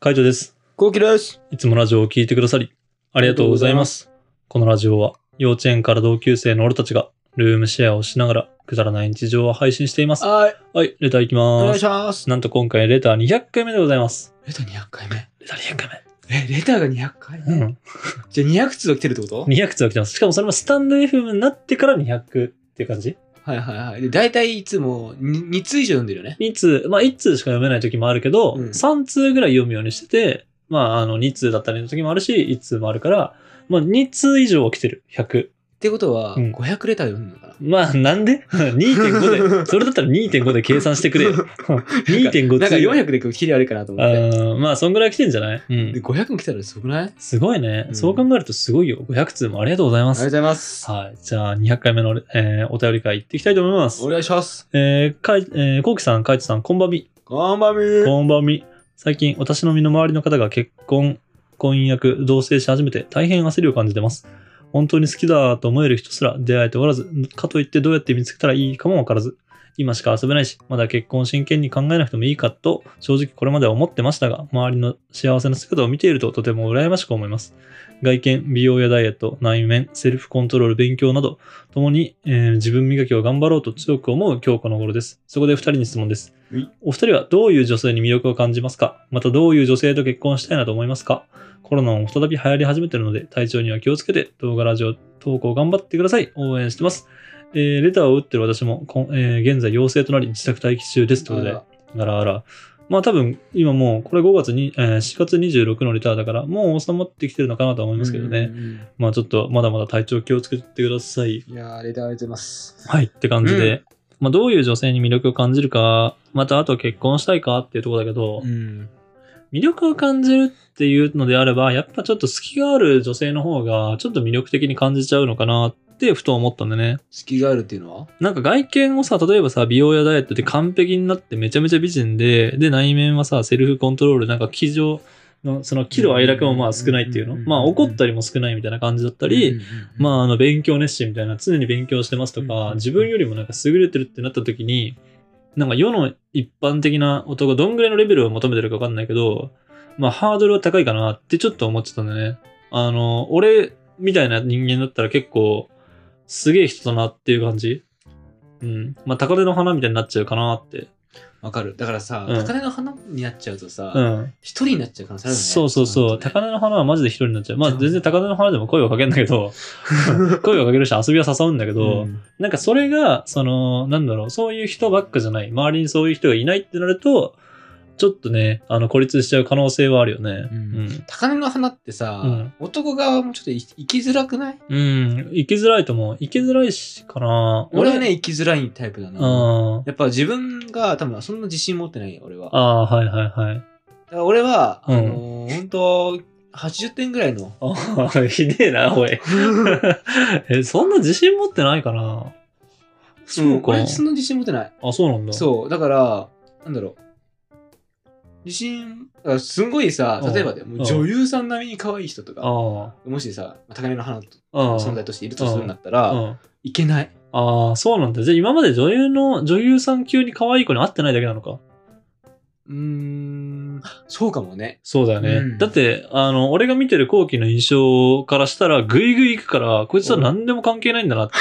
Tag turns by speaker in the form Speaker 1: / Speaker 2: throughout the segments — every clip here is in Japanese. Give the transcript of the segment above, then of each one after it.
Speaker 1: 会長です。
Speaker 2: コウキです。
Speaker 1: いつもラジオを聞いてくださり、ありがとうございます。このラジオは、幼稚園から同級生の俺たちが、ルームシェアをしながら、くだらない日常を配信しています。
Speaker 2: はい、
Speaker 1: はい、レターいき
Speaker 2: お
Speaker 1: ま
Speaker 2: 願い
Speaker 1: ー
Speaker 2: します
Speaker 1: す。。なんと今回、レター200回目でございます。
Speaker 2: レター200回目。
Speaker 1: レター200回
Speaker 2: え、レターが200回
Speaker 1: 目。うん。
Speaker 2: じゃあ200通が来てるってこと
Speaker 1: 200通が来てます。しかもそれもスタンド FM になってから200っていう感じ
Speaker 2: はいはいはい。で、大体いつも 2, 2通以上読んでるよね。
Speaker 1: ?2 通、まあ1通しか読めない時もあるけど、
Speaker 2: うん
Speaker 1: 3通ぐらい読むようにしてて、まああの2通だったりの時もあるし、1通もあるから、まあ2通以上は来てる。100。
Speaker 2: ってことは、
Speaker 1: うん
Speaker 2: 500レター読んでるのか
Speaker 1: まあ、なんで ?2.5 で。それだったら2.5で計算してくれよ。2.5
Speaker 2: な。なんか
Speaker 1: 通
Speaker 2: 400で切り悪いかなと思って。
Speaker 1: あーまあ、そんぐらい来てんじゃない、うん
Speaker 2: で、500も来たらすごくないありが
Speaker 1: すごいね、
Speaker 2: うん
Speaker 1: そう考えるとすごいよ。500通もありがとうございま
Speaker 2: とう
Speaker 1: す。
Speaker 2: ございます。
Speaker 1: はい。じゃあ、200回目の、えーお便り会行っていきたいと思います
Speaker 2: お。願いします。
Speaker 1: えー、かい、えー、こうきさん、かいちさん、こんばんみ。
Speaker 2: こんばんみ
Speaker 1: こんばんみ。最近、私の身の回りの方が結婚、婚約、同棲し始めて大変焦りを感じてます。本当に好きだと思える人すら出会えておらず、かといってどうやって見つけたらいいかもわからず、今しか遊べないし、まだ結婚を真剣に考えなくてもいいかと、正直これまでは思ってましたが、周りの幸せな姿を見ているととても羨ましく思います。外見、美容やダイエット、内面、セルフコントロール、勉強など、共に、えー自分磨きを頑張ろうと強く思う今日この頃です。そこで2人に質問です
Speaker 2: はい。
Speaker 1: お二人はどういう女性に魅力を感じますかまたどういう女性と結婚したいなと思いますかコロナも再び流行り始めてるので、体調には気をつけて、動画ラジオ投稿頑張ってください。応援してます。えーレターを打ってる私も、こんえー現在陽性となり自宅待機中ですということで、あらあら。まあ多分、今もう、これ5月に、えー4月26のレターだから、もう収まってきてるのかなとは思いますけどね。。
Speaker 2: うんうんうん
Speaker 1: まあちょっと、まだまだ体調気をつけてください。
Speaker 2: いやー、レターありがとうございます。
Speaker 1: はい、って感じで。
Speaker 2: う
Speaker 1: まあどういう女性に魅力を感じるか、またあと結婚したいかっていうところだけど、
Speaker 2: うん。
Speaker 1: 魅力を感じるっていうのであれば、やっぱちょっと隙がある女性の方が、ちょっと魅力的に感じちゃうのかなって、ふと思ったんでね。
Speaker 2: 隙があるっていうのは
Speaker 1: なんか外見をさ、例えばさ、美容やダイエットで完璧になってめちゃめちゃ美人で、で、内面はさ、セルフコントロール、なんか気上の、その喜怒哀楽もまあ少ないっていうの
Speaker 2: うんうんうんうん
Speaker 1: まあ怒ったりも少ないみたいな感じだったり、、
Speaker 2: あ、
Speaker 1: まあ、あの、勉強熱心みたいな、常に勉強してますと
Speaker 2: うんう
Speaker 1: か
Speaker 2: ん、
Speaker 1: 自分よりもなんか優れてるってなった時に、なんか世の一般的な男、どんぐらいのレベルを求めてるかわかんないけど、まあ、ハードルは高いかなってちょっと思ってたんだよね。あの、俺みたいな人間だったら結構、すげえ人だなっていう感じ。うん。まあ、高手の花みたいになっちゃうかなって。
Speaker 2: わかる。だからさ、
Speaker 1: うん
Speaker 2: 高嶺の花になっちゃうとさ、
Speaker 1: うん。
Speaker 2: 一人になっちゃう可能性あるよね。
Speaker 1: そうそうそう。
Speaker 2: なる
Speaker 1: 高根の花はマジで一人になっちゃう。まあ、全然高根の花でも声をかけんだけ ど、声をかけるし遊びは誘うんだけ
Speaker 2: と
Speaker 1: ど、
Speaker 2: ね
Speaker 1: なんかそれが、その、なんだろう、そういう人ばっかじゃない、周りにそういう人がいないってなると、ちょっとね、あの、孤立しちゃう可能性はあるよね。
Speaker 2: う
Speaker 1: うん。
Speaker 2: 高嶺の花ってさ、
Speaker 1: うん
Speaker 2: 男側もちょっと生きづらくない
Speaker 1: うん、生きづらいと思う。生きづらいし、かな。
Speaker 2: 俺はね、、生きづらいタイプだ
Speaker 1: う
Speaker 2: な。
Speaker 1: ん。
Speaker 2: やっぱ自分が多分そんな自信持ってないよ、俺は。だか
Speaker 1: ああー、はいはいはい。
Speaker 2: ら俺は、
Speaker 1: うん
Speaker 2: あのー本当80点ぐらい の。
Speaker 1: ああ、ひでえな、 おい。 え、そんな自信持ってないかな。そうか。
Speaker 2: 俺そんな自信持ってない。
Speaker 1: あ、そうなんだ。う。
Speaker 2: そう、だから、なんだろう。自信、だからすんごいさ
Speaker 1: うん、
Speaker 2: 例えばで、もう女優さん並みに可愛い人とか、
Speaker 1: あ
Speaker 2: もしさ、高嶺の花と
Speaker 1: あ。うん。
Speaker 2: 存在としているとするんだった
Speaker 1: う
Speaker 2: ら、
Speaker 1: ん。
Speaker 2: いけない。
Speaker 1: ああ、そうなんだ。じゃあ今まで女優の、女優さん級に可愛い子に会ってないだけなのか。
Speaker 2: うーん、そうかもね。
Speaker 1: そうだよね。
Speaker 2: うん
Speaker 1: だって、あの、俺が見てる後期の印象からしたら、ぐいぐい行くから、こいつは何でも関係ないんだな って。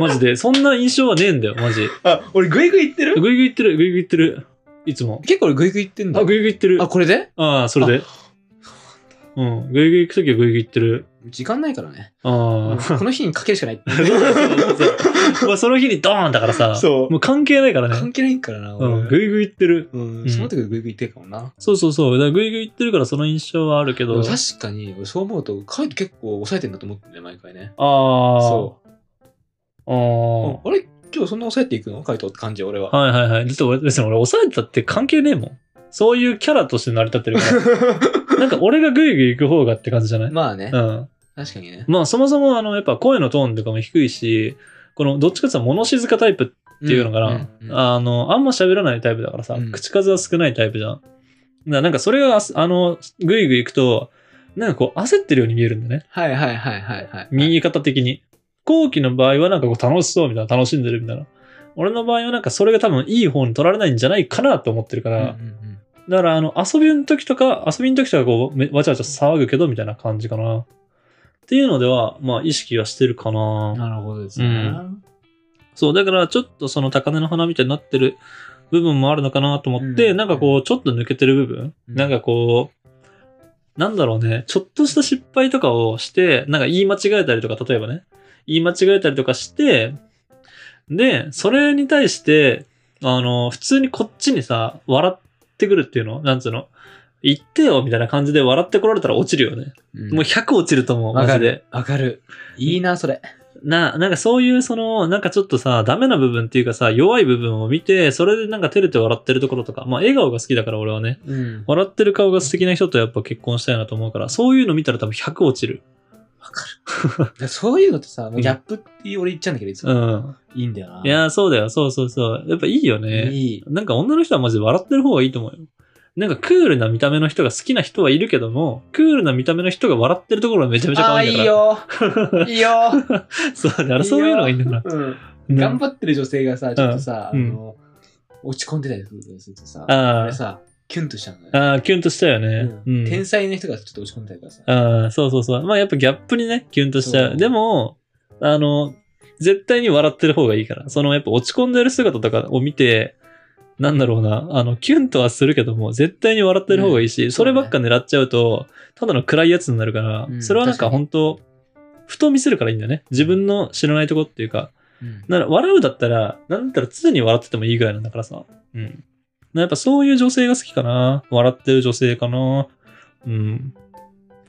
Speaker 1: マジで、そんな印象はねえんだよ、マジ。
Speaker 2: あ、俺グイグイ言ってる
Speaker 1: ぐいぐい行ってる、ぐいぐい行ってる。いつも。
Speaker 2: 結構俺グイグイ言ってんだ。
Speaker 1: あ、ぐいぐい行ってる。
Speaker 2: あ、
Speaker 1: あ
Speaker 2: これで
Speaker 1: あー、それで。うん。ぐいぐい行くときはぐいぐい行ってる。
Speaker 2: 時間ないからね。
Speaker 1: あ あ。
Speaker 2: この日にかけるしかない。
Speaker 1: まあ、その日にドーンだからさ。
Speaker 2: そう
Speaker 1: もう関係ないからね
Speaker 2: 関。係ないからな、
Speaker 1: うん。
Speaker 2: 俺。
Speaker 1: ぐいぐい行ってる。
Speaker 2: う、
Speaker 1: うんん
Speaker 2: その時グイグイ言ってるかもな。
Speaker 1: そうそうそう。だからぐいぐい行ってるから、その印象はあるけ
Speaker 2: で
Speaker 1: ど
Speaker 2: も。確かに、俺そう思うと、カイト結構抑えてんだと思ってね、毎回ね。
Speaker 1: ああ。
Speaker 2: そう。
Speaker 1: う。ああ。
Speaker 2: あれ今日そんな抑えていくのカイトって感じ、俺は。
Speaker 1: はいはいはい。だって俺別に俺抑えたって関係ねえもん。そういうキャラとして成り立ってる から。なんか俺がグイグイ行く方がって感じじゃない、
Speaker 2: まあね、
Speaker 1: うん。
Speaker 2: 確かにね。
Speaker 1: まあそもそもあのやっぱ声のトーンとかも低いし、このどっちかっていうと物静かタイプっていうのかな。
Speaker 2: うんうん
Speaker 1: あの、あんま喋らないタイプだからさ、
Speaker 2: うん
Speaker 1: 口数は少ないタイプじゃん。だからなんかそれがあす、あの、グイグイ行くと、なんかこう焦ってるように見えるんだよね。
Speaker 2: はいはいはいはいはい。
Speaker 1: 見え方的に。後期の場合はなんかこう楽しそうみたいな、楽しんでるみたいな。俺の場合はなんかそれが多分いい方に取られないんじゃないかなと思ってるから、
Speaker 2: うんうんうん
Speaker 1: だから、あの、遊びの時とか、遊びの時とか、こう、めわちゃわちゃ騒ぐけど、みたいな感じかな。っていうのでは、まあ、意識はしてるかな。
Speaker 2: なるほどです
Speaker 1: ねそう、だから、ちょっとその高嶺の花みたいになってる部分もあるのかなと思って、
Speaker 2: うん
Speaker 1: なんかこう、ちょっと抜けてる部分、
Speaker 2: うん
Speaker 1: なんかこう、なんだろうね、ちょっとした失敗とかをして、なんか言い間違えたりとか、例えばね、言い間違えたりとかして、で、それに対して、あの、普通にこっちにさ、笑ってくるっていうのなんつうの言ってよみたいな感じで笑ってこられたら落ちるよね。もう100落ちると思う、
Speaker 2: わ
Speaker 1: マ
Speaker 2: か
Speaker 1: ジで
Speaker 2: る。。わかる。いいな、それ。
Speaker 1: な、なんかそういうその、なんかちょっとさ、ダメな部分っていうかさ、弱い部分を見て、それでなんか照れて笑ってるところとか、まあ笑顔が好きだから俺はね、
Speaker 2: うん。
Speaker 1: 笑ってる顔が素敵な人とやっぱ結婚したいなと思うから、そういうの見たら多分100落ちる。
Speaker 2: そういうのってさ、もううんギャップって俺言っちゃうんだけど、いつ
Speaker 1: う
Speaker 2: も。
Speaker 1: ん。
Speaker 2: いいんだよな。
Speaker 1: いやー、そうだよ、そうそうそう。やっぱいいよね。
Speaker 2: いい。
Speaker 1: なんか女の人はマジで笑ってる方がいいと思うよ。なんかクールな見た目の人が好きな人はいるけども、クールな見た目の人が笑ってるところがめちゃめちゃ可
Speaker 2: ああ
Speaker 1: 愛い
Speaker 2: ー、
Speaker 1: ん
Speaker 2: いい
Speaker 1: だから。
Speaker 2: よ。いいよ。
Speaker 1: そう、だからそういうのがいいんだから。
Speaker 2: うん。
Speaker 1: ね
Speaker 2: 頑張ってる女性がさ、ちょっとさ、あ
Speaker 1: うん
Speaker 2: の、落ち込んでたりするとさ、
Speaker 1: あー
Speaker 2: あれさ、キュンとしちゃうのよ。
Speaker 1: ああ、キュンとしたよね。
Speaker 2: う
Speaker 1: うんん
Speaker 2: 天才の人がちょっと落ち込んでたりとかさ。
Speaker 1: ああ、そうそうそう。まあやっぱギャップにね、キュンとしちゃ。
Speaker 2: そうう
Speaker 1: でも、あの、絶対に笑ってる方がいいから。そのやっぱ落ち込んでる姿とかを見て、なんだろうな、あの、キュンとはするけども、絶対に笑ってる方がいいし、
Speaker 2: ん
Speaker 1: そればっか狙っちゃうと、ただの暗いやつになるから、
Speaker 2: うん
Speaker 1: それはなんか
Speaker 2: 確か
Speaker 1: 本当、ふと見せるからいいんだよね。自分の知らないとこっていうか、
Speaker 2: うん
Speaker 1: なら笑うだったら、なんだったら常に笑っててもいいぐらいなんだからさ。うん。やっぱそういう女性が好きかな。笑ってる女性かな。うん。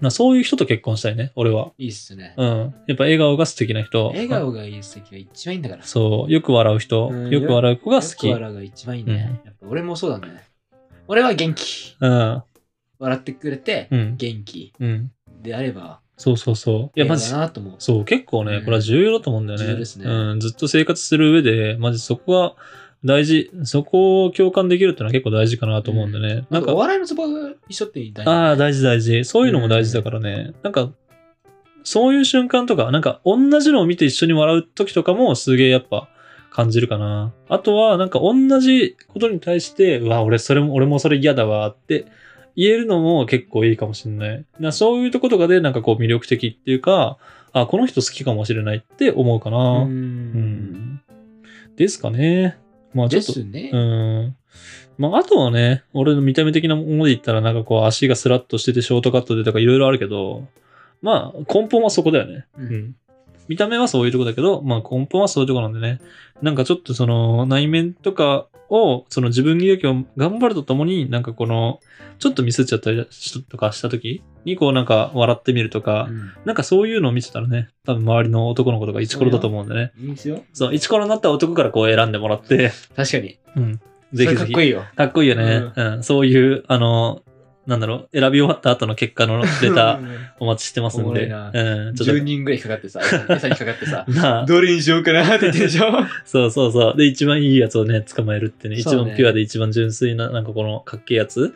Speaker 1: なそういう人と結婚したいね、俺は。
Speaker 2: いいっすね。
Speaker 1: うん。やっぱ笑顔が素敵な人。
Speaker 2: 笑顔がいい席が一番いいんだから。
Speaker 1: そう。よく笑う人。
Speaker 2: うん
Speaker 1: よく笑う子が好き。う
Speaker 2: よく
Speaker 1: ん。
Speaker 2: 笑うが一番いいね。やっぱ俺もそうだね。俺は元気。
Speaker 1: う
Speaker 2: 笑ってくれて、
Speaker 1: ん。
Speaker 2: 元気
Speaker 1: うん。
Speaker 2: であれば、
Speaker 1: そうそうそう。いや、マジ
Speaker 2: いい。なと思う。
Speaker 1: そう、結構ね、
Speaker 2: うん
Speaker 1: これは重要だと思うんだよね。
Speaker 2: 重要ですね
Speaker 1: うん、ずっと生活する上で、マジそこが大事、そこを共感できるっていうのは結構大事かなと思うんでね。な
Speaker 2: な
Speaker 1: んん
Speaker 2: か
Speaker 1: か
Speaker 2: お、笑いのツボが一緒って言いたいな。
Speaker 1: ああ、大事大事。そういうのも大事だからね。なんか、そういう瞬間とか、なんか同じのを見て一緒に笑う時とかもすげえやっぱ感じるかな。あとは、なんか同じことに対して、うわ、俺それも、俺もそれ嫌だわって言えるのも結構いいかもしんない。なそういうとことかでなんかこう魅力的っていうか、あ、この人好きかもしれないって思うか
Speaker 2: う。
Speaker 1: な。うんん。ですかね。まあちょ
Speaker 2: で
Speaker 1: っと
Speaker 2: すね
Speaker 1: う。ん。まあ、あとはね、俺の見た目的なもので言ったら、なんかこう、足がスラッとしてて、ショートカットでとかいろいろあるけど、まあ、根本はそこだよね。
Speaker 2: うん
Speaker 1: 見た目はそういうとこだけど、まあ、根本はそういうとこなんでね。なんかちょっとその、内面とかを、その自分磨きを頑張るとともに、なんかこの、ちょっとミスっちゃったりしとかした時に、こうなんか笑ってみるとか、
Speaker 2: うん
Speaker 1: なんかそういうのを見てたらね、多分周りの男の子とかイチコロだと思うんでね。
Speaker 2: いいですよ。
Speaker 1: そう、イチコロになった男からこう選んでもらって、
Speaker 2: 確かに。
Speaker 1: うん。
Speaker 2: そ
Speaker 1: ぜ
Speaker 2: れ
Speaker 1: ひ
Speaker 2: か
Speaker 1: ぜ
Speaker 2: っ
Speaker 1: ひ
Speaker 2: こ。いいよ。
Speaker 1: かっこいいよね。うん、そういう、あの、なんだろう、選び終わった後の結果 のデータお待ちしてますん
Speaker 2: おもろ
Speaker 1: で。
Speaker 2: いな
Speaker 1: うん、ちょっ、
Speaker 2: 10人ぐらい引っかかってさ、餌に引っかかってさ
Speaker 1: と。なあ、
Speaker 2: どれにしようかなって言ってるでしょ。
Speaker 1: そうそうそう。で、一番いいやつをね、捕まえるってね、一
Speaker 2: そうね
Speaker 1: 番ピュアで一番純粋な、なんかこのかっけえやつ、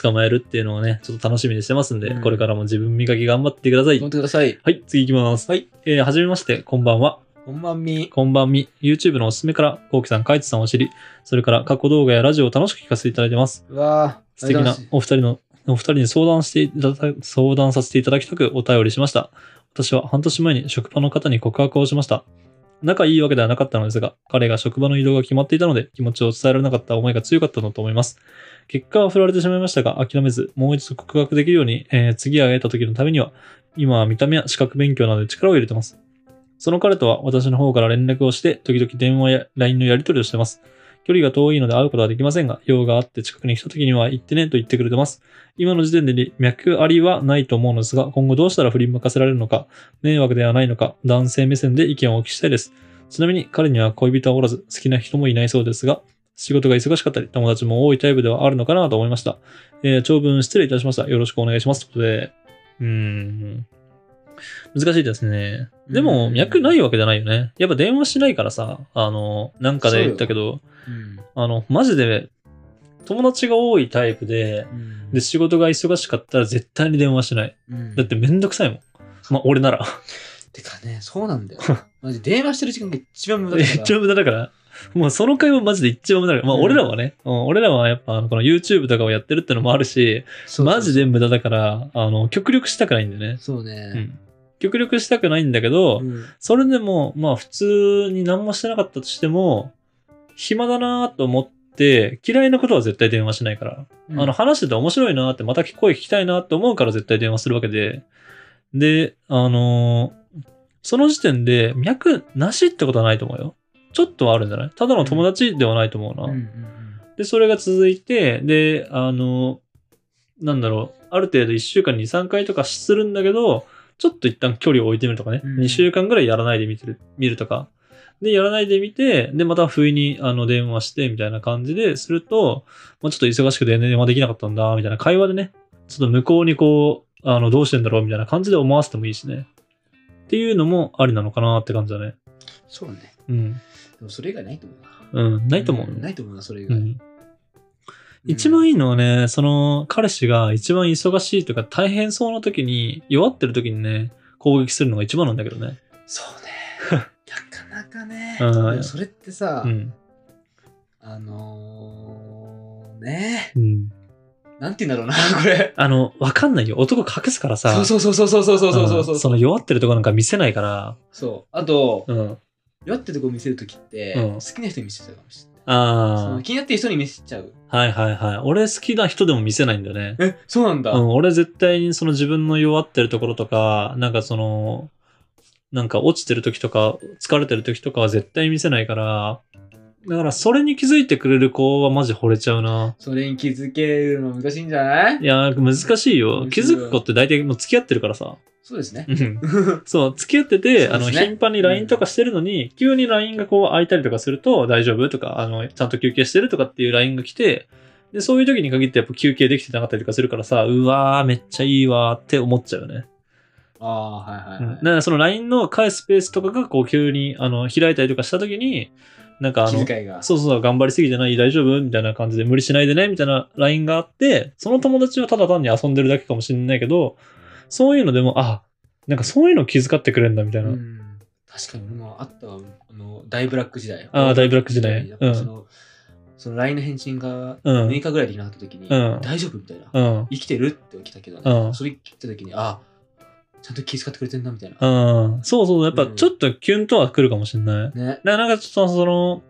Speaker 1: 捕まえるっていうのをね、ちょっと楽しみにしてますんで、
Speaker 2: うん
Speaker 1: これからも自分磨き頑張ってください。
Speaker 2: 乗ってください。
Speaker 1: はい、次行きます。
Speaker 2: はい。
Speaker 1: えーはじめまして、こんばんは。
Speaker 2: ほんまみ。
Speaker 1: こんばんみ。YouTube のおすすめから、こうきさん、かいちさんを知り、それから過去動画やラジオを楽しく聞かせていただいてます。
Speaker 2: うわぁ。
Speaker 1: 素敵
Speaker 2: ありが
Speaker 1: な
Speaker 2: とうございます
Speaker 1: お二人の、お二人に相談していただた、相談させていただきたくお便りしました。私は半年前に職場の方に告白をしました。仲いいわけではなかったのですが、彼が職場の移動が決まっていたので、気持ちを伝えられなかった思いが強かったのと思います。結果は振られてしまいましたが、諦めず、もう一度告白できるように、えー次は会えた時のためには、今は見た目や資格勉強などで力を入れてます。その彼とは私の方から連絡をして、時々電話や LINE のやり取りをしてます。距離が遠いので会うことはできませんが、用があって近くに来た時には行ってねと言ってくれてます。今の時点でに脈ありはないと思うのですが、今後どうしたら振り向かせられるのか、迷惑ではないのか、男性目線で意見をお聞きしたいです。ちなみに彼には恋人はおらず、好きな人もいないそうですが、仕事が忙しかったり、友達も多いタイプではあるのかなと思いました。えー長文失礼いたしました。よろしくお願いします。ということで、うーん。難しいですね。でも、
Speaker 2: うん
Speaker 1: 脈ないわけじゃないよね。やっぱ電話しないからさ、あの、なんかで言ったけど、
Speaker 2: うん
Speaker 1: あの、マジで、友達が多いタイプで、
Speaker 2: うん
Speaker 1: で、仕事が忙しかったら絶対に電話しない。
Speaker 2: うん
Speaker 1: だってめんどくさいもん。 まあ、俺なら。
Speaker 2: てかね、そうなんだよ。マジ電話してる時間が一番無駄だか ら。
Speaker 1: 一応無駄だから。もうその会話マジで一番無駄だから。まあ
Speaker 2: うん
Speaker 1: 俺らはね、うん、俺らはやっぱあのこの YouTube とかをやってるってのもあるし、
Speaker 2: そうそう
Speaker 1: マジで無駄だから、あの、極力したくないんだよね。
Speaker 2: そう
Speaker 1: う
Speaker 2: ね。
Speaker 1: ん。極力したくないんだけど、
Speaker 2: うん
Speaker 1: それでも、まあ普通に何もしてなかったとしても、暇だなと思って、嫌いなことは絶対電話しないから。あの、、話してて面白いなって、また声聞きたいなって思うから絶対電話するわけで。で、あのーその時点で脈なしってことはないと思うよ。ちょっとはあるんじゃないただの友達ではないと思うな。
Speaker 2: うんうんうん
Speaker 1: で、それが続いて、で、あの、なんだろう、ある程度1週間に2、3回とかするんだけど、ちょっと一旦距離を置いてみるとかね、
Speaker 2: うん
Speaker 1: 2週間ぐらいやらないで見てる、見るとか。で、やらないで見て、で、また不意にあの電話して、みたいな感じですると、まあ、ちょっと忙しくて電話できなかったんだ、みたいな会話でね、ちょっと向こうにこう、あの、どうしてんだろう、みたいな感じで思わせてもいいしね。っていうのもありなのかなって感じだね。
Speaker 2: そうね。
Speaker 1: うん。
Speaker 2: でもそれ以外ないと思うな。
Speaker 1: うん。ないと思う。
Speaker 2: んないと思うな、それ以
Speaker 1: う
Speaker 2: 外。
Speaker 1: ん。一番いいのはね、その彼氏が一番忙しいとか大変そうな時に、弱ってる時にね、攻撃するのが一番なんだけどね。
Speaker 2: そうね。 なかなかね。
Speaker 1: うん
Speaker 2: でもそれってさ
Speaker 1: う、ん。
Speaker 2: あのー、ね
Speaker 1: うん。
Speaker 2: なんて言うんだろうな、これ。
Speaker 1: あの、わかんないよ。男隠すからさ。
Speaker 2: そうそうそうそうそうそうそうそうそううん
Speaker 1: その弱ってるとこなんか見せないから。
Speaker 2: そう。あと、
Speaker 1: うん。
Speaker 2: 酔ってるとこ見せるときって、
Speaker 1: うん
Speaker 2: 好きな人に見せちゃうかもしれない。そ
Speaker 1: あ
Speaker 2: の気になってる人に見せちゃう。
Speaker 1: あ。はいはいはい。俺好きな人でも見せないんだよね。
Speaker 2: え、そうなんだ。
Speaker 1: うん、俺絶対にその自分の弱ってるところとか、なんかその、なんか落ちてる時とか、疲れてる時とかは絶対見せないから、だからそれに気づいてくれる子はマジ惚れちゃうな。
Speaker 2: それに気づけるの難しいんじゃない
Speaker 1: いやー、難しいよ。
Speaker 2: 難し
Speaker 1: 気
Speaker 2: い
Speaker 1: づ
Speaker 2: よ
Speaker 1: く子って大体もう付き合ってるから さ。
Speaker 2: そうですね
Speaker 1: う。んそう、付き合ってて、
Speaker 2: そう
Speaker 1: あ
Speaker 2: で
Speaker 1: の、
Speaker 2: すね
Speaker 1: 頻繁に LINE とかしてるのに、急に LINE がこう開いたりとかすると、大丈夫とか、あの、ちゃんと休憩してるとかっていう LINE が来て、で、そういう時に限ってやっぱ休憩できてなかったりとかするからさ、うわー、めっちゃいいわーって思っちゃうよね。
Speaker 2: ああ、はい
Speaker 1: うんだ
Speaker 2: はいはい。
Speaker 1: からその LINE の返すペースとかがこう急にあの開いたりとかした時になんかあの
Speaker 2: 気遣いが。
Speaker 1: そうそう頑張りすぎてない大丈夫みたいな感じで無理しないでねみたいな LINE があってその友達はただ単に遊んでるだけかもしれないけどそういうのでもあなんかそういうの気遣ってくれるんだみたいな、
Speaker 2: うん確かに俺もあったわあの、大ブラック時代。
Speaker 1: ああ大ブラック時代
Speaker 2: やっぱその、その LINE の返信が
Speaker 1: うん
Speaker 2: 6日ぐらいできなかった時に、
Speaker 1: うん
Speaker 2: 大丈夫みたいな。
Speaker 1: うん
Speaker 2: 生きてるって来たけど
Speaker 1: う
Speaker 2: ね。
Speaker 1: ん
Speaker 2: それ来た時に、あちゃんと気遣ってくれてんなみたいな。
Speaker 1: うん、そうそうやっぱ
Speaker 2: うん
Speaker 1: ちょっとキュンとは来るかもしれない、
Speaker 2: ね。
Speaker 1: だからなんかちょっとその、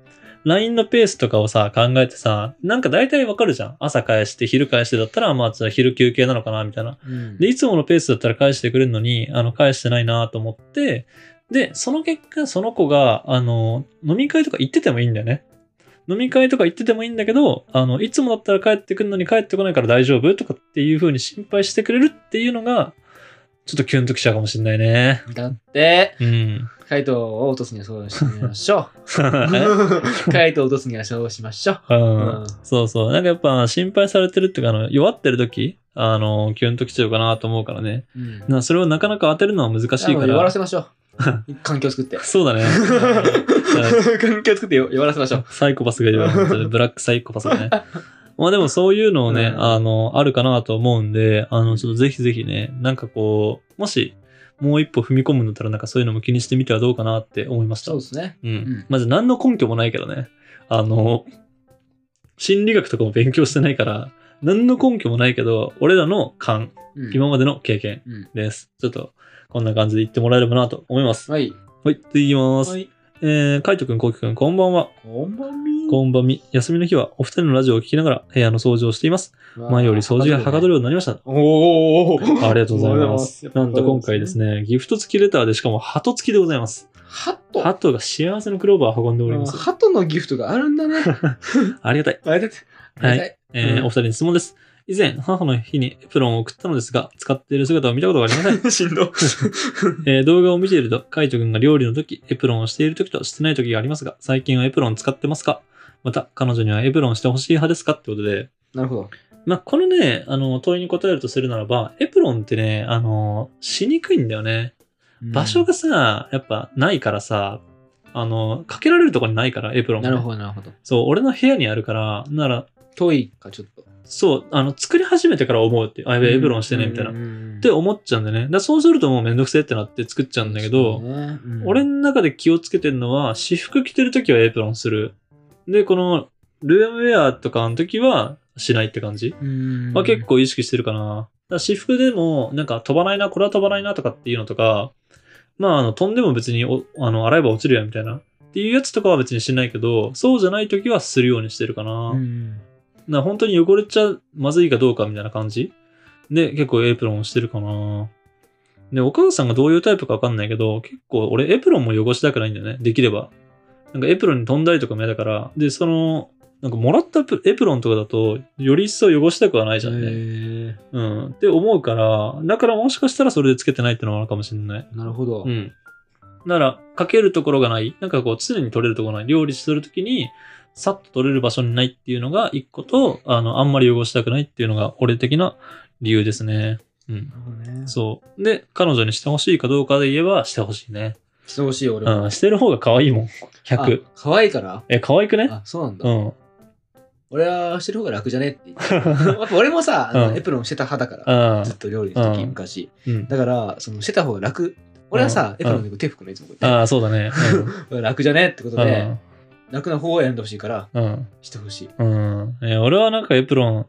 Speaker 1: LINE のペースとかをさ、考えてさ、なんか大体わかるじゃん。朝返して、昼返してだったら、まあ、じゃあ昼休憩なのかな、みたいな。
Speaker 2: うん
Speaker 1: で、いつものペースだったら返してくれるのに、あの、返してないなと思って、で、その結果、その子が、あの、飲み会とか行っててもいいんだよね。飲み会とか行っててもいいんだけど、あの、いつもだったら帰ってくるのに帰ってこないから大丈夫とかっていう風に心配してくれるっていうのが、ちょっとキュンときちゃうかもしんないね。
Speaker 2: だって、
Speaker 1: うん。
Speaker 2: カイトを落とすにはそうしましょ
Speaker 1: え
Speaker 2: う。カイトを落とすにはそうしましょ
Speaker 1: う。
Speaker 2: う。うん
Speaker 1: そうそう。なんかやっぱ心配されてるっていうか、あの、弱ってる時、あの、キュンときちゃうかなと思うからね。
Speaker 2: うん
Speaker 1: なそれをなかなか当てるのは難しい
Speaker 2: あ
Speaker 1: か
Speaker 2: 弱ら
Speaker 1: ら。
Speaker 2: せましょ う。環境を作って。
Speaker 1: そうだね。
Speaker 2: 環境を作って弱らせましょう。
Speaker 1: サイコパスがいるわ。 ブラックサイコパスがね。まあでもそういうのをね、
Speaker 2: うん
Speaker 1: あの、あるかなと思うんで、あの、ちょっとぜひぜひね、なんかこう、もし、もう一歩踏み込むんだったら、なんかそういうのも気にしてみてはどうかなって思いました。
Speaker 2: そうですね。
Speaker 1: うん
Speaker 2: ん
Speaker 1: まず何の根拠もないけどね。あの、心理学とかも勉強してないから、何の根拠もないけど、俺らの勘、
Speaker 2: うん
Speaker 1: 今までの経験
Speaker 2: うん
Speaker 1: です。ちょっと、こんな感じで言ってもらえればなと思います。
Speaker 2: はい。
Speaker 1: はい、次いきます。
Speaker 2: はい。
Speaker 1: えー、カイトくん、コウキくん、こんばんは。
Speaker 2: こんばんみ。
Speaker 1: こんばんみ。休みの日はお二人のラジオを聞きながら部屋の掃除をしています。前より掃除がはかどるようになりました。
Speaker 2: おーおーおー
Speaker 1: ありがとうございます。
Speaker 2: やっぱ
Speaker 1: なんと今回ですね、ギフト付きレターでしかも鳩付きでございます。
Speaker 2: ハトハ
Speaker 1: 鳩が幸せのクローバーを運んでおります。
Speaker 2: トのギフトがあるんだね。
Speaker 1: ありがたい。
Speaker 2: あれだって。
Speaker 1: はい
Speaker 2: ありがたい。
Speaker 1: えー
Speaker 2: うん
Speaker 1: お二人に質問です。以前、母の日にエプロンを送ったのですが、使っている姿を見たことがありま せん。
Speaker 2: しんど。
Speaker 1: えー動画を見ていると、カイト君が料理の時、エプロンをしている時としてない時がありますが、最近はエプロン使ってますかまた、彼女にはエプロンしてほしい派ですかってことで、
Speaker 2: なるほど。
Speaker 1: まあ、このね、あの、問いに答えるとするならば、エプロンってね、あの、しにくいんだよね。場所がさ、やっぱないからさ、あの、かけられるとこにないから、エプロン
Speaker 2: うん。
Speaker 1: が
Speaker 2: な
Speaker 1: ね、
Speaker 2: るほど、なるほど。
Speaker 1: そう、俺の部屋にあるから、なら、
Speaker 2: 遠いか、ちょっと。
Speaker 1: そう、あの、作り始めてから思うって、あ、やべえ、エブロンしてね、みたいな。っ
Speaker 2: な
Speaker 1: て思っちゃうんだよね。だからそうするともうめんどくせえってなって作っちゃうんだけど、俺の中で気をつけてるのは、私服着てるときはエプロンする。で、この、ルームウェアとかのときはしないって感じ。まあ、結構意識してるかな。だから私服でも、なんか飛ばないな、これは飛ばないなとかっていうのとか、まあ、あの飛んでも別におあの洗えば落ちるやんみたいな。っていうやつとかは別にしないけど、そうじゃない時はするようにしてるかな。な本当に汚れちゃまずいかどうかみたいな感じで、結構エプロンをしてるかな。で、お母さんがどういうタイプかわかんないけど、結構俺エプロンも汚したくないんだよね。できれば。なんかエプロンに飛んだりとかも嫌だから、で、その、なんかもらったエプエプロンとかだと、より一層汚したくはないじゃんね。
Speaker 2: へえ
Speaker 1: うん。って思うから、だからもしかしたらそれでつけてないってのもあるかもしれない。
Speaker 2: なるほど。
Speaker 1: うん。なら、かけるところがない。なんかこう、常に取れるところない。料理するときに、さっと取れる場所にないっていうのが一個と、あの、あんまり汚したくないっていうのが、俺的な理由ですね。うん
Speaker 2: な。るほどね。
Speaker 1: そう。で、彼女にしてほしいかどうかで言えば、してほしいね。
Speaker 2: してほしい、俺も。
Speaker 1: うん。してる方が可愛いもん。100。
Speaker 2: あ可愛いから
Speaker 1: え、可愛くね
Speaker 2: あ、そうなんだ。
Speaker 1: うん。
Speaker 2: 俺はしてる方が楽じゃねって 言って。やっぱ俺もさ、あの
Speaker 1: うん
Speaker 2: エプロンしてた派だか
Speaker 1: あ
Speaker 2: ら、ずっと料理の時、
Speaker 1: うん
Speaker 2: 昔。
Speaker 1: うん。
Speaker 2: だから、そのしてた方が楽。俺はさ、
Speaker 1: う
Speaker 2: エ
Speaker 1: ん
Speaker 2: プロンで手拭くのいつもこうやっ
Speaker 1: ああ、そうだね。
Speaker 2: て。楽じゃねってこと
Speaker 1: うん。
Speaker 2: で、楽な方を選んでほしいから、
Speaker 1: うん。うん。
Speaker 2: してほしい。
Speaker 1: うん。えー俺はなんかエプロン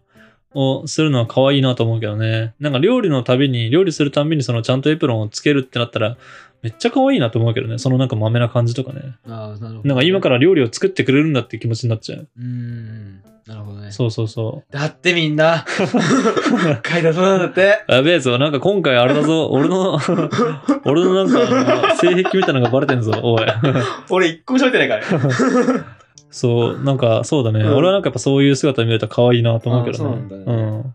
Speaker 1: をするのは可愛いなと思うけどね。なんか料理のたびに、料理するたんびにそのちゃんとエプロンをつけるってなったら、めっちゃ可愛いなと思うけどね。そのなんかまめな感じとかね。
Speaker 2: ああ、なるほど。。
Speaker 1: なんか今からら料理を作ってくれるんだって気持ちになっちゃう。
Speaker 2: うーん。なるほどね。
Speaker 1: そうそうそ
Speaker 2: だってみ んな、
Speaker 1: う。
Speaker 2: 買い出そうなんだって。
Speaker 1: やべえぞ、なんか今回あれだ ぞ、俺の、俺のなんかあの性癖みたいなのがバレてんぞ、おい。
Speaker 2: 俺一個も喋ってないからね。
Speaker 1: そう、なんかそうだね、
Speaker 2: うん
Speaker 1: 俺はなんかやっぱそういう姿見ると可愛いなと思うけどね。
Speaker 2: あそうなんだね
Speaker 1: うん。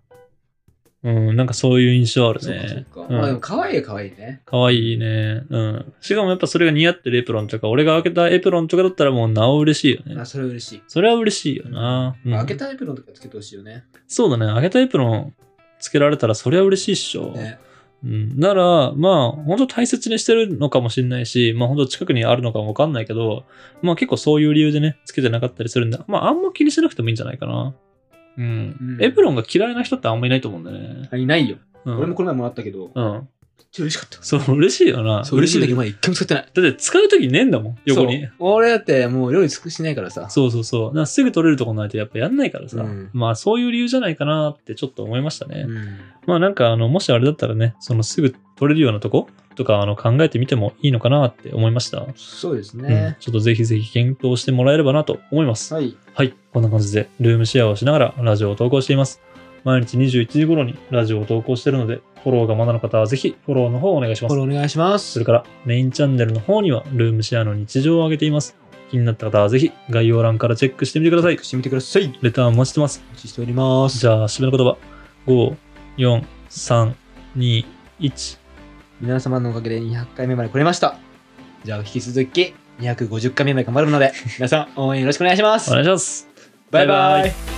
Speaker 1: うん、なんかそういう印象ある
Speaker 2: そうか、そ
Speaker 1: ね
Speaker 2: う。か。
Speaker 1: うん
Speaker 2: まあでも可愛いは可愛いね。
Speaker 1: 可愛いね。うん。しかもやっぱそれが似合ってるエプロンとか、俺が開けたエプロンとかだったらもうなお嬉しいよね
Speaker 2: あ、。それは嬉しい。
Speaker 1: それは嬉しいよな。うん、
Speaker 2: 開けたエプロンとかつけてほしいよね。
Speaker 1: そうだね。開けたエプロンつけられたらそりゃ嬉しいっしょ。
Speaker 2: ね
Speaker 1: うん。なら、まあ、本当大切にしてるのかもしれないし、まあ本当近くにあるのかもわかんないけど、まあ結構そういう理由でね、つけてなかったりするんだ。まああんま気にしなくてもいいんじゃないかな。うん。
Speaker 2: うん
Speaker 1: エプロンが嫌いな人ってあんまいないと思うんだよね。
Speaker 2: あいないよ。
Speaker 1: うん。
Speaker 2: 俺もこの前もらったけど、めっ
Speaker 1: うん。
Speaker 2: ちゃ嬉しかった。
Speaker 1: そう、嬉しいよな。
Speaker 2: そう嬉しいんだけど、
Speaker 1: だ
Speaker 2: まだ一回も使ってない。
Speaker 1: って使うときねえんだもん、横に
Speaker 2: そう。俺だってもう料理尽くしないからさ。
Speaker 1: そうそうそう。だからすぐ取れるとこないとやっぱやんないからさ。
Speaker 2: うん
Speaker 1: まあそういう理由じゃないかなってちょっと思いましたね。
Speaker 2: うん
Speaker 1: まあなんかあの、もしあれだったらね、そのすぐ取れるようなとことかあの考えてみてもいいのかなって思いました。
Speaker 2: そうです
Speaker 1: うん
Speaker 2: ね。
Speaker 1: ちょっとぜひぜひ検討してもらえればなと思います。
Speaker 2: はい。
Speaker 1: はい。こんな感じでルームシェアをしながらラジオを投稿しています。毎日21時頃にラジオを投稿してるので、フォローがまだの方はぜひフォローの方をお願いし
Speaker 2: フ
Speaker 1: ま
Speaker 2: ォ
Speaker 1: す。
Speaker 2: ローお願いしま
Speaker 1: そ
Speaker 2: す
Speaker 1: れ。からメインチャンネルの方にはルームシェアの日常を上げています。気になった方はぜひ概要欄からチェックしてみてください
Speaker 2: チェック。してみてください。
Speaker 1: レターお待ちしてます。
Speaker 2: お待ちしております。
Speaker 1: じゃあ、締めの言葉。5、4、3、2、1。
Speaker 2: 皆様のおかげで200回目まで来れました。じゃあ、引き続き250回目まで頑張るので、皆さん応援よろしくお願いします
Speaker 1: お。願いします。
Speaker 2: バイ
Speaker 1: バイ
Speaker 2: バ
Speaker 1: バ
Speaker 2: イ
Speaker 1: イ。